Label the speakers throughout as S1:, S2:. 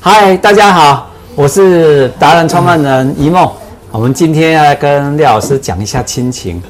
S1: 嗨，大家好，我是达人创办人一梦。我们今天要来跟廖老师讲一下亲 情。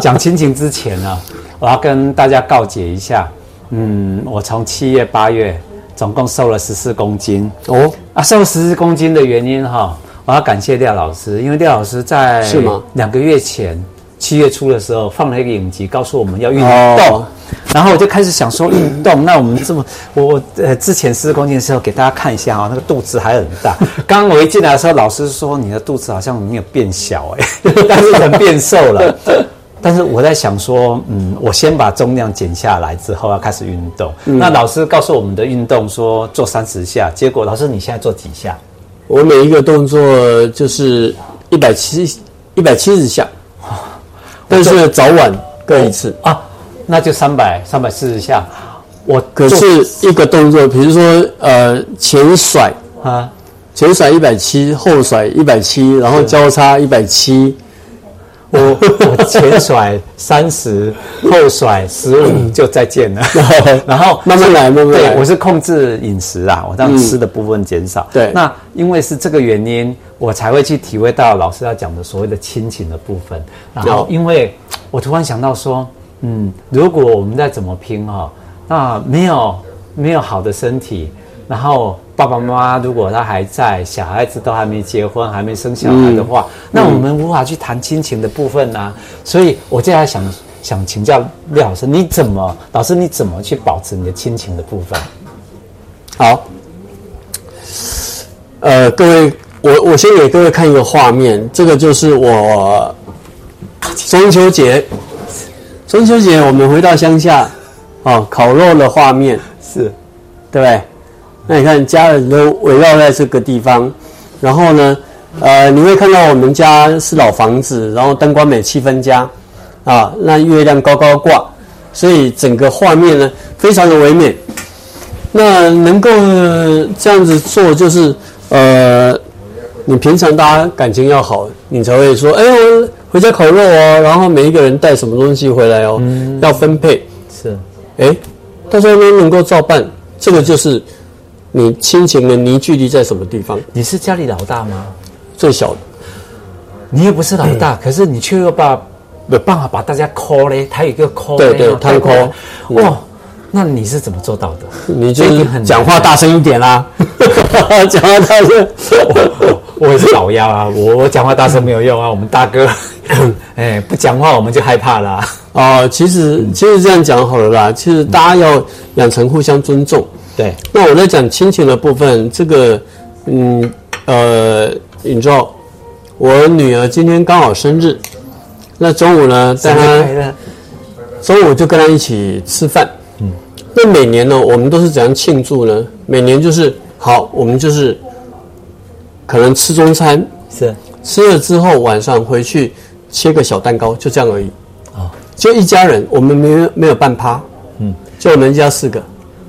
S1: 讲亲情之前呢，我要跟大家告解一下。嗯，我从七月、八月总共瘦了十四公斤。
S2: 哦，
S1: 啊，瘦十四公斤的原因哈，我要感谢廖老师，因为廖老师在
S2: 是吗
S1: 两个月前七月初的时候放了一个影集，告诉我们要运动，
S2: 哦
S1: 然后我就开始想说运动，那我们这么我我呃之前十四公斤的时候给大家看一下啊、那个肚子还很 大。刚刚我一进来的时候，老师说你的肚子好像没有变小哎、 但是人变瘦了。但是我在想说，嗯，我先把重量减下来之后要开始运动。
S2: 嗯
S1: 那老师告诉我们的运动说做三十下，结果老师你现在做几下？
S2: 我每一个动作就是一百七一百七十下，但是早晚各一次。
S1: 啊，那就三百三百四十下。我
S2: 可
S1: 做
S2: 是一个动作，比如说呃前甩，
S1: 啊，
S2: 前甩一百七，后甩一百七，然后交叉一百七，
S1: 我我前甩三十，后甩十 五就再见了。 然后
S2: 哦慢慢来，慢慢
S1: 对，我
S2: 来。
S1: 是控制饮食啊，我让吃的部分减少。
S2: 对
S1: 那因为是这个原因，我才会去体会到老师要讲的所谓的亲情的部分。然后，因为我突然想到说，嗯，如果我们再怎么拼哦，那没有没有好的身体，然后爸爸妈妈如果他还在，小孩子都还没结婚，还没生小孩的话，那我们无法去谈亲情的部分啊。所以我接下来想。想请教廖老师，你怎么老师你怎么去保持你的亲情的部分？
S2: 好，呃，各位，我我先给各位看一个画面，这个就是我中秋节，中秋节我们回到乡下，哦，烤肉的画面。
S1: 是
S2: 对不对？那你看家人都围绕在这个地方，然后呢，呃，你会看到我们家是老房子，然后灯光美气氛佳，啊，那月亮高高挂，所以整个画面呢非常的唯美。那能够呃这样子做，就是呃，你平常大家感情要好，你才会说，哎我回家烤肉哦，然后每一个人带什么东西回来哦，要分配。
S1: 是，
S2: 哎，大家都能够照办，这个就是你亲情的凝聚力在什么地方
S1: 你是家里老大吗？
S2: 最小的。
S1: 你又不是老
S2: 嗯
S1: 大，可是你却又把有办法把大家 call 嘞，他有一个 call
S2: 对
S1: 嘞
S2: 对
S1: 哦
S2: 他 call，嗯
S1: 哇、那你是怎么做到的？
S2: 你就
S1: 这一
S2: 是
S1: 定很
S2: 讲话大声一 点啦、讲话大声。
S1: 哦我也是老幺啊，我我讲话大声没有用啊，我们大哥，
S2: 嗯
S1: 哎，不讲话我们就害怕啦、
S2: 哦，其实其实这样讲好了啦，其实大家要养成互相尊重。
S1: 对，
S2: 那我在讲亲情的部分，这个，嗯，呃，你知道，我女儿今天刚好生日，那中午呢带
S1: 但
S2: 她
S1: 是
S2: 所以我就跟他一起吃饭。嗯，那每年呢，我们都是怎样庆祝呢？每年就是好，我们就是可能吃中餐，
S1: 是
S2: 吃了之后晚上回去切个小蛋糕，就这样而已。啊，就一家人，我们没有没有半趴。嗯，就我们家四个。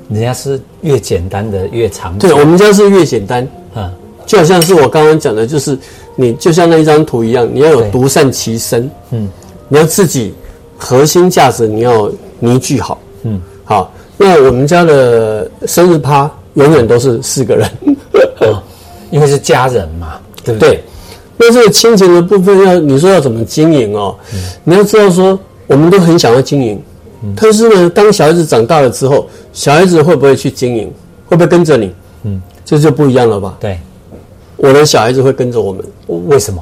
S1: 人家是越简单的越长久，
S2: 对，我们家是越简单，
S1: 嗯，
S2: 就好像是我刚刚讲的，就是你就像那一张图一样，你要有
S1: 对
S2: 独善其身，
S1: 嗯，
S2: 你要自己核心价值你要凝聚好，
S1: 嗯，
S2: 好，那我们家的生日趴永远都是 四个人，
S1: 因为是家人嘛，对不对？
S2: 对，那这个亲情的部分要你说要怎么经营哦？
S1: 嗯
S2: 你要知道说，我们都很想要经营，但是呢，当小孩子长大了之后，小孩子会不会去经营？会不会跟着你？嗯，这就不一样了吧？
S1: 对，
S2: 我的小孩子会跟着我们，
S1: 为什么？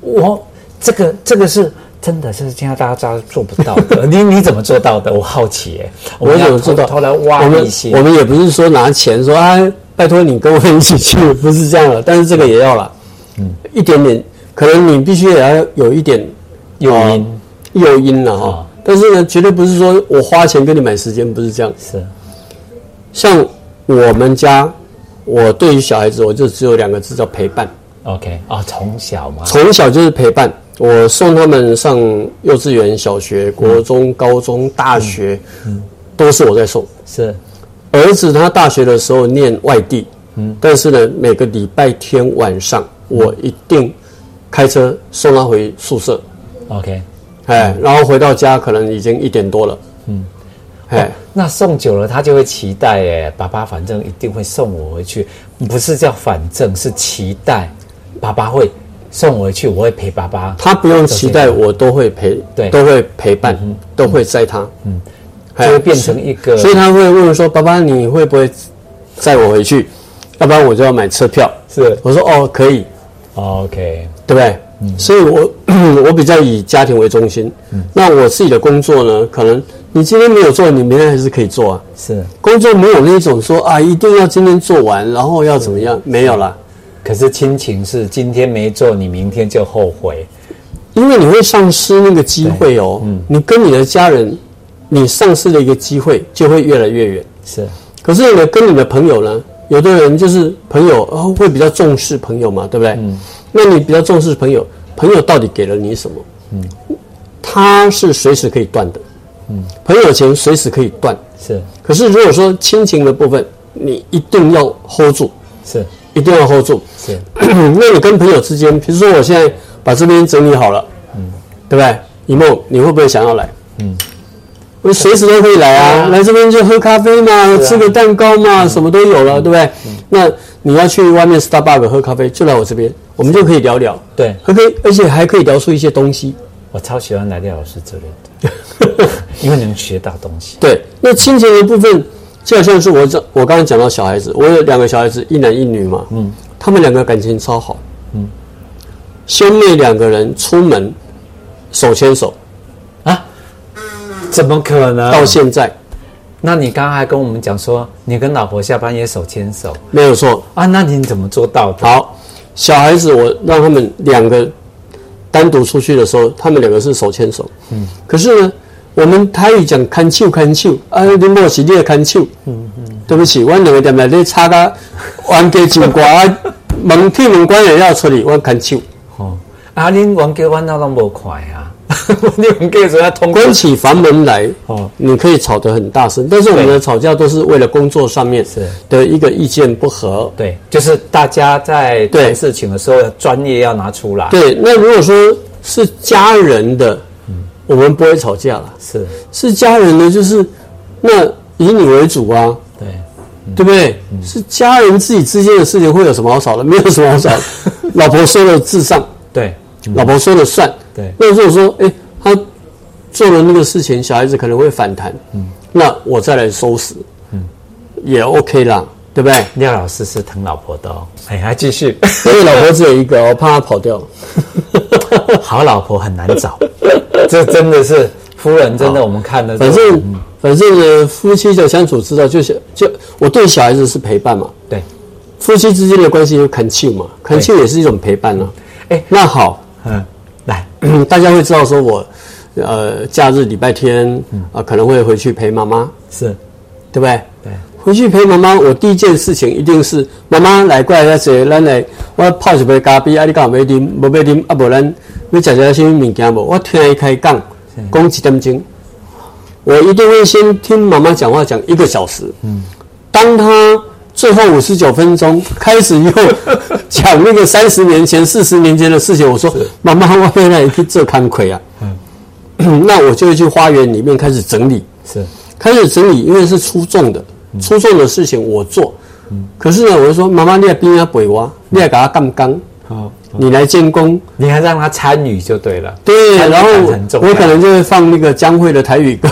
S1: 我这个这个是真的是现在大家做不到 的。你你怎么做到的？我好奇耶、 我
S2: 我
S1: 们
S2: 怎
S1: 要
S2: 么知
S1: 偷
S2: 道？
S1: 偷来挖
S2: 我们
S1: 一些。
S2: 我们也不是说拿钱说啊，拜托你跟我一起去，不是这样了。但是这个也要了，嗯，一点点，可能你必须也要有一点
S1: 诱
S2: 呃
S1: 因
S2: 诱因了哈
S1: 啊。
S2: 但是呢，绝对不是说我花钱跟你买时间，不是这样。
S1: 是
S2: 像我们家，我对于小孩子，我就只有两个字叫陪伴，
S1: OK 啊、从小嘛，
S2: 从小就是陪伴。我送他们上幼稚园、小学、国中、高中、大学，
S1: 嗯
S2: 都是我在送。
S1: 是
S2: 儿子他大学的时候念外地，
S1: 嗯
S2: 但是呢，每个礼拜天晚上我一定开车送他回宿舍，
S1: OK。
S2: 哎，然后回到家可能已经一点多了，嗯，哎，
S1: 那送久了，他就会期待哎，爸爸反正一定会送我回去，不是叫反正，是期待爸爸会送我回去，我会陪爸爸。
S2: 他不用期待，我都会陪，
S1: 对
S2: 都会陪伴，都会载他，嗯，
S1: 就会变成一个
S2: 所以他会问说：“爸爸，你会不会载我回去？要不然我就要买车票。”
S1: 是
S2: 我说：“哦，可以，
S1: OK，
S2: 对不对？”所以我， 我比较以家庭为中心。那我自己的工作呢，可能你今天没有做，你明天还是可以做啊。
S1: 是。
S2: 工作没有那种说啊，一定要今天做完，然后要怎么样？没有啦，
S1: 可是亲情是今天没做，你明天就后悔。
S2: 因为你会丧失那个机会哦。你跟你的家人，你丧失了一个机会，就会越来越远。
S1: 是
S2: 可是呢，跟你的朋友呢，有的人就是朋友哦，会比较重视朋友嘛，对不对？嗯。那你比较重视朋友，朋友到底给了你什么？嗯。他是随时可以断的。嗯。朋友情随时可以断，
S1: 是
S2: 可是如果说亲情的部分，你一定要 hold 住，
S1: 是
S2: 一定要 hold 住。
S1: 是，
S2: 那你跟朋友之间，比如说我现在把这边整理好了，对不对？一梦，你会不会想要来？嗯，我随时都可以来啊，嗯来这边就喝咖啡嘛，吃个蛋糕嘛，什么都有了，对不对？那你要去外面 Starbucks 喝咖啡，就来我这边，我们就可以聊聊，
S1: 对
S2: 还可以，而且还可以聊出一些东西。
S1: 我超喜欢来电老师之类的， 因为能学到东西。
S2: 对，那亲情的部分，就好像是我这我刚才讲到小孩子，我有两个小孩子，一男一女嘛，嗯，他们两个感情超好，嗯，兄妹两个人出门手牵手，
S1: 啊？怎么可能？
S2: 到现在、
S1: 那你刚刚还跟我们讲说，你跟老婆下班也手牵手
S2: 没有错。
S1: 啊？那你怎么做到的？
S2: 好，小孩子我让他们两个单独出去的时候，他们两个是手牵手，嗯，可是呢，我们台语讲牵手牵手，啊，你莫是你的牵手，嗯嗯，对不起，我两个踮内底吵到冤家上挂，啊，门铁门关也要出去，我牵手。
S1: 哦，啊，恁王哥阮那拢无快啊， 恁王哥说要通
S2: 关起房门来，
S1: 哦
S2: 哦，你可以吵得很大声，但是我们的吵架都是为了工作上面
S1: 是
S2: 的一个意见不合。
S1: 对，就是大家在
S2: 对
S1: 谈事情的时候，专业要拿出来。
S2: 对，那如果说是家人的，我们不会吵架了。
S1: 是，
S2: 是家人呢，就是那以你为主啊，
S1: 对，
S2: 对不对？是家人自己之间的事情，会有什么好吵的？没 有什么好吵的。老婆说了至上，
S1: 对，嗯
S2: 老婆说了算。
S1: 对
S2: 那如果说，哎，他做了那个事情，小孩子可能会反弹，嗯，那我再来收拾，嗯，也 OK 啦，对不对？
S1: 廖老师是疼老婆的哦。哎，还继续，
S2: 所以老婆只有一个，我哦怕她跑掉。
S1: 好老婆很难找， 哦这真的是夫人，真的我们看的都，
S2: 反正反正呢，夫妻的相处之道就是就我对小孩子是陪伴嘛，
S1: 对。
S2: 夫妻之间的关系就 c o n t i n 嘛 c o n t i n 也是一种陪伴啦、啊。
S1: 哎
S2: 那好，
S1: 嗯，来，
S2: 大家会知道说我，呃，假日礼拜天啊、可能会回去陪妈妈，
S1: 是，
S2: 对不对？
S1: 对，
S2: 回去陪妈妈，我第一件事情一定是妈妈来过来那坐，咱来我泡一杯咖啡，啊，你敢有要啉？无要啉，啊，无咱要食些什么物件无？我听伊开讲，讲一点钟，我一定会先听妈妈讲话讲一个小时。嗯，当她最后五十九分钟开始又讲那个三十年前、四十年前的事情，我说妈妈，我现在去做康亏啊。嗯， 那我就会去花园里面开始整理。
S1: 是，
S2: 开始整理，因为是出众的，
S1: 嗯
S2: 出众的事情我做。可是呢，我就说妈妈，你也边要陪我，啊你也给他干刚，
S1: 好，
S2: 你来监工。
S1: 你还让他参与就对了。
S2: 对，
S1: 参与
S2: 然后
S1: 感很重要啊
S2: 我可能就会放那个江蕙的台 语歌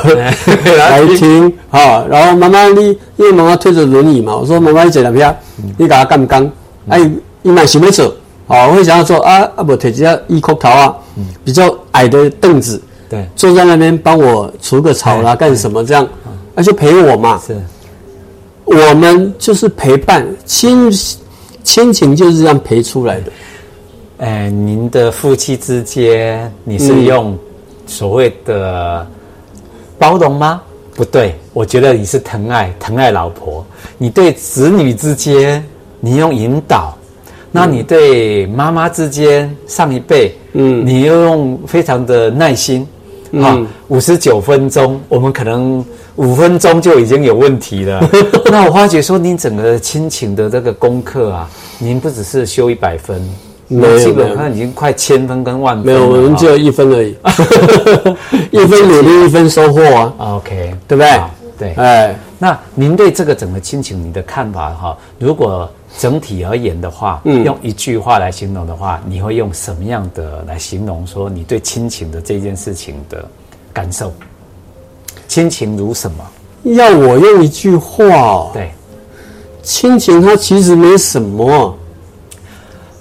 S2: 来听啊。然后妈妈，你因为妈妈推着轮椅嘛，我说妈妈，你坐两边，啊
S1: 嗯
S2: 你给他干刚，哎，你买什么走？啊，我会想要说啊啊，不，腿只要一扣头啊，
S1: 嗯
S2: 比较矮的凳子，
S1: 对，
S2: 坐在那边帮我除个草啦，干什么这样？那就陪我嘛。
S1: 哎嗯是，
S2: 我们就是陪伴亲亲情就是这样陪出来的。
S1: 哎，您的夫妻之间，你是用所谓的包容吗？不对，我觉得你是疼爱，疼爱老婆。你对子女之间，你用引导；那你对妈妈之间，上一辈，嗯，你又用非常的耐心。
S2: 嗯
S1: 啊，五十九分钟，我们可能五分钟就已经有问题 了。那我发觉说，您整个亲情的这个功课啊，您不只是修一百分，
S2: 没有
S1: 基
S2: 没
S1: 本
S2: 有
S1: 上已经快千分跟万
S2: 没
S1: 分了
S2: 有，
S1: 啊。
S2: 我们只 有一分而已，一分努力一分收获啊，
S1: OK，
S2: 对不对
S1: 好？啊对，
S2: 哎，
S1: 那您对这个整个亲情你的看法哈？如果整体而言的话，用一句话来形容的话，你会用什么样的来形容说你对亲情的这件事情的感受？亲情如什么？
S2: 要我用一句话、哦，
S1: 对，
S2: 亲情它其实没什么，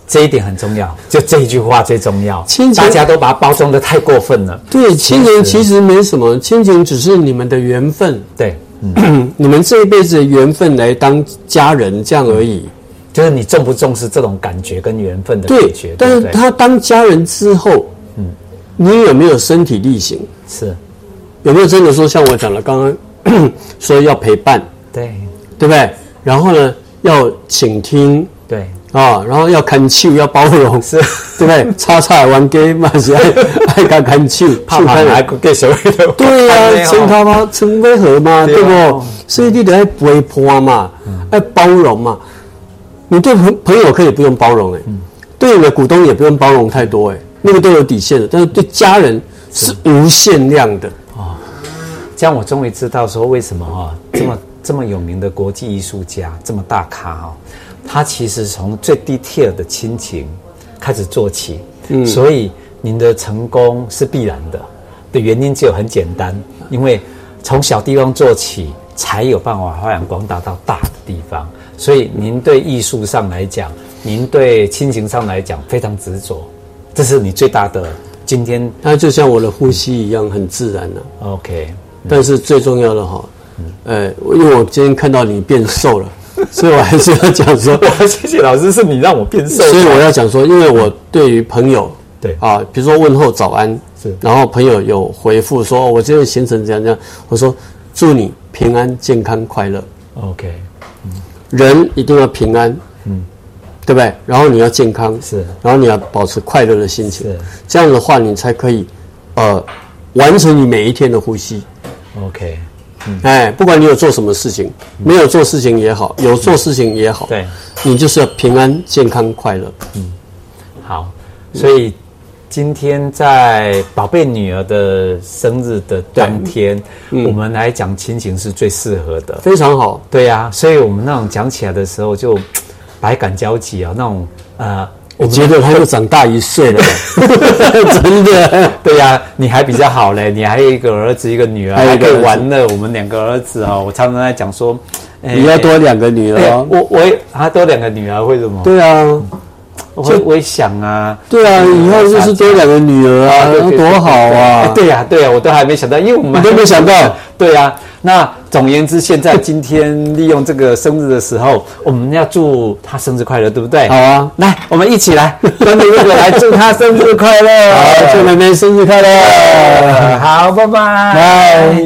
S1: 这一点很重要， 就这一句话最重要。
S2: 亲情
S1: 大家都把它包装的太过分了。
S2: 对，亲情其实没什么，亲情只是你们的缘分，
S1: 对，嗯，
S2: 你们这一辈子的缘分来当家人这样而已。
S1: 嗯就是你重不重视这种感觉跟缘分的
S2: 对
S1: 感觉？，
S2: 但
S1: 对
S2: 是
S1: 不对
S2: 他当家人之后，嗯，你有没有身体力行？
S1: 是，
S2: 有没有真的说像我讲的刚刚 说要陪伴，
S1: 对，
S2: 对不对？然后呢，要倾听
S1: 对，
S2: 啊，然后要恳求，要包 容，
S1: 是。
S2: 对不对？叉叉玩 gay 嘛是 爱爱敢恳求，
S1: 怕怕拿给所谓的
S2: 对呀、啊，
S1: 真
S2: 成他妈成为何嘛，
S1: 哦对嗯
S2: 对
S1: 啊
S2: 不？所以你得爱陪伴嘛，爱包容嘛。你对朋朋友可以不用包容哎、
S1: 嗯
S2: 对你的股东也不用包容太多哎、那个都有底线的。但是对家人是无限量的。
S1: 这样我终于知道说为什么哈、这么 这么有名的国际艺术家，这么大咖哈、他其实从最低 tier 的亲情开始做起，所以您的成功是必然的。的原因就很简单，因为从小地方做起，才有办法发扬光大到大的地方。所以您对艺术上来讲，您对亲情上来讲非常执着，这是你最大的今天。
S2: 它就像我的呼吸一样，很自然的、
S1: OK，
S2: 但是最重要的哈，呃，我因为我今天看到你变 瘦了，所以我还是要讲说，
S1: 哇，谢谢老师，是你让我变瘦
S2: 所以我要讲说，因为我对于朋友，
S1: 对
S2: 啊，比如说问候早安，
S1: 是
S2: 然后朋友有回复说，哦我今天行程怎样怎样，我说祝你平安、健康、快乐。
S1: OK，
S2: 人一定要平安，嗯，对不对？然后你要健康，
S1: 是
S2: 然后你要保持快乐的心情
S1: 是，
S2: 这样的话，你才可以，呃，完成你每一天的呼吸。
S1: OK，
S2: 哎，不管你有做什么事情，没有做事情也好，有做事情也好，
S1: 对，
S2: 你就是要平安、健康、快乐。
S1: 好，所以今天在宝贝女儿的生日的当天，
S2: 嗯
S1: 我们来讲亲情是最适合的。
S2: 非常好。
S1: 对呀、所以我们那种讲起来的时候就百感交集啊，那种呃，
S2: 我觉得他又长大一岁 了，真的。
S1: 对呀、你还比较好嘞，你还有一个儿子一个女儿，
S2: 还有
S1: 还
S2: 一个
S1: 可
S2: 儿
S1: 以
S2: 子
S1: 玩乐。我们两个儿子哦，我常常在讲说，哎
S2: 你要多两个女
S1: 哎
S2: 儿哦。
S1: 我我也他多两个女儿会什么？
S2: 对啊，
S1: 我会我也想啊，
S2: 对啊，以后就是多两个女儿啊，
S1: 对
S2: 那
S1: 对
S2: 多好
S1: 哎
S2: 啊！
S1: 对呀、对呀、我都还没想到，因为我们
S2: 你都没想到，
S1: 对呀、那总而言之，现在今天利用这个生日的时候，我们要祝他生日快乐，对不对？
S2: 好，啊，
S1: 来，我们一起来，跟着月月来祝他生日快乐。哎
S2: 好，祝妹妹生日快乐！
S1: 好，拜拜。
S2: 拜。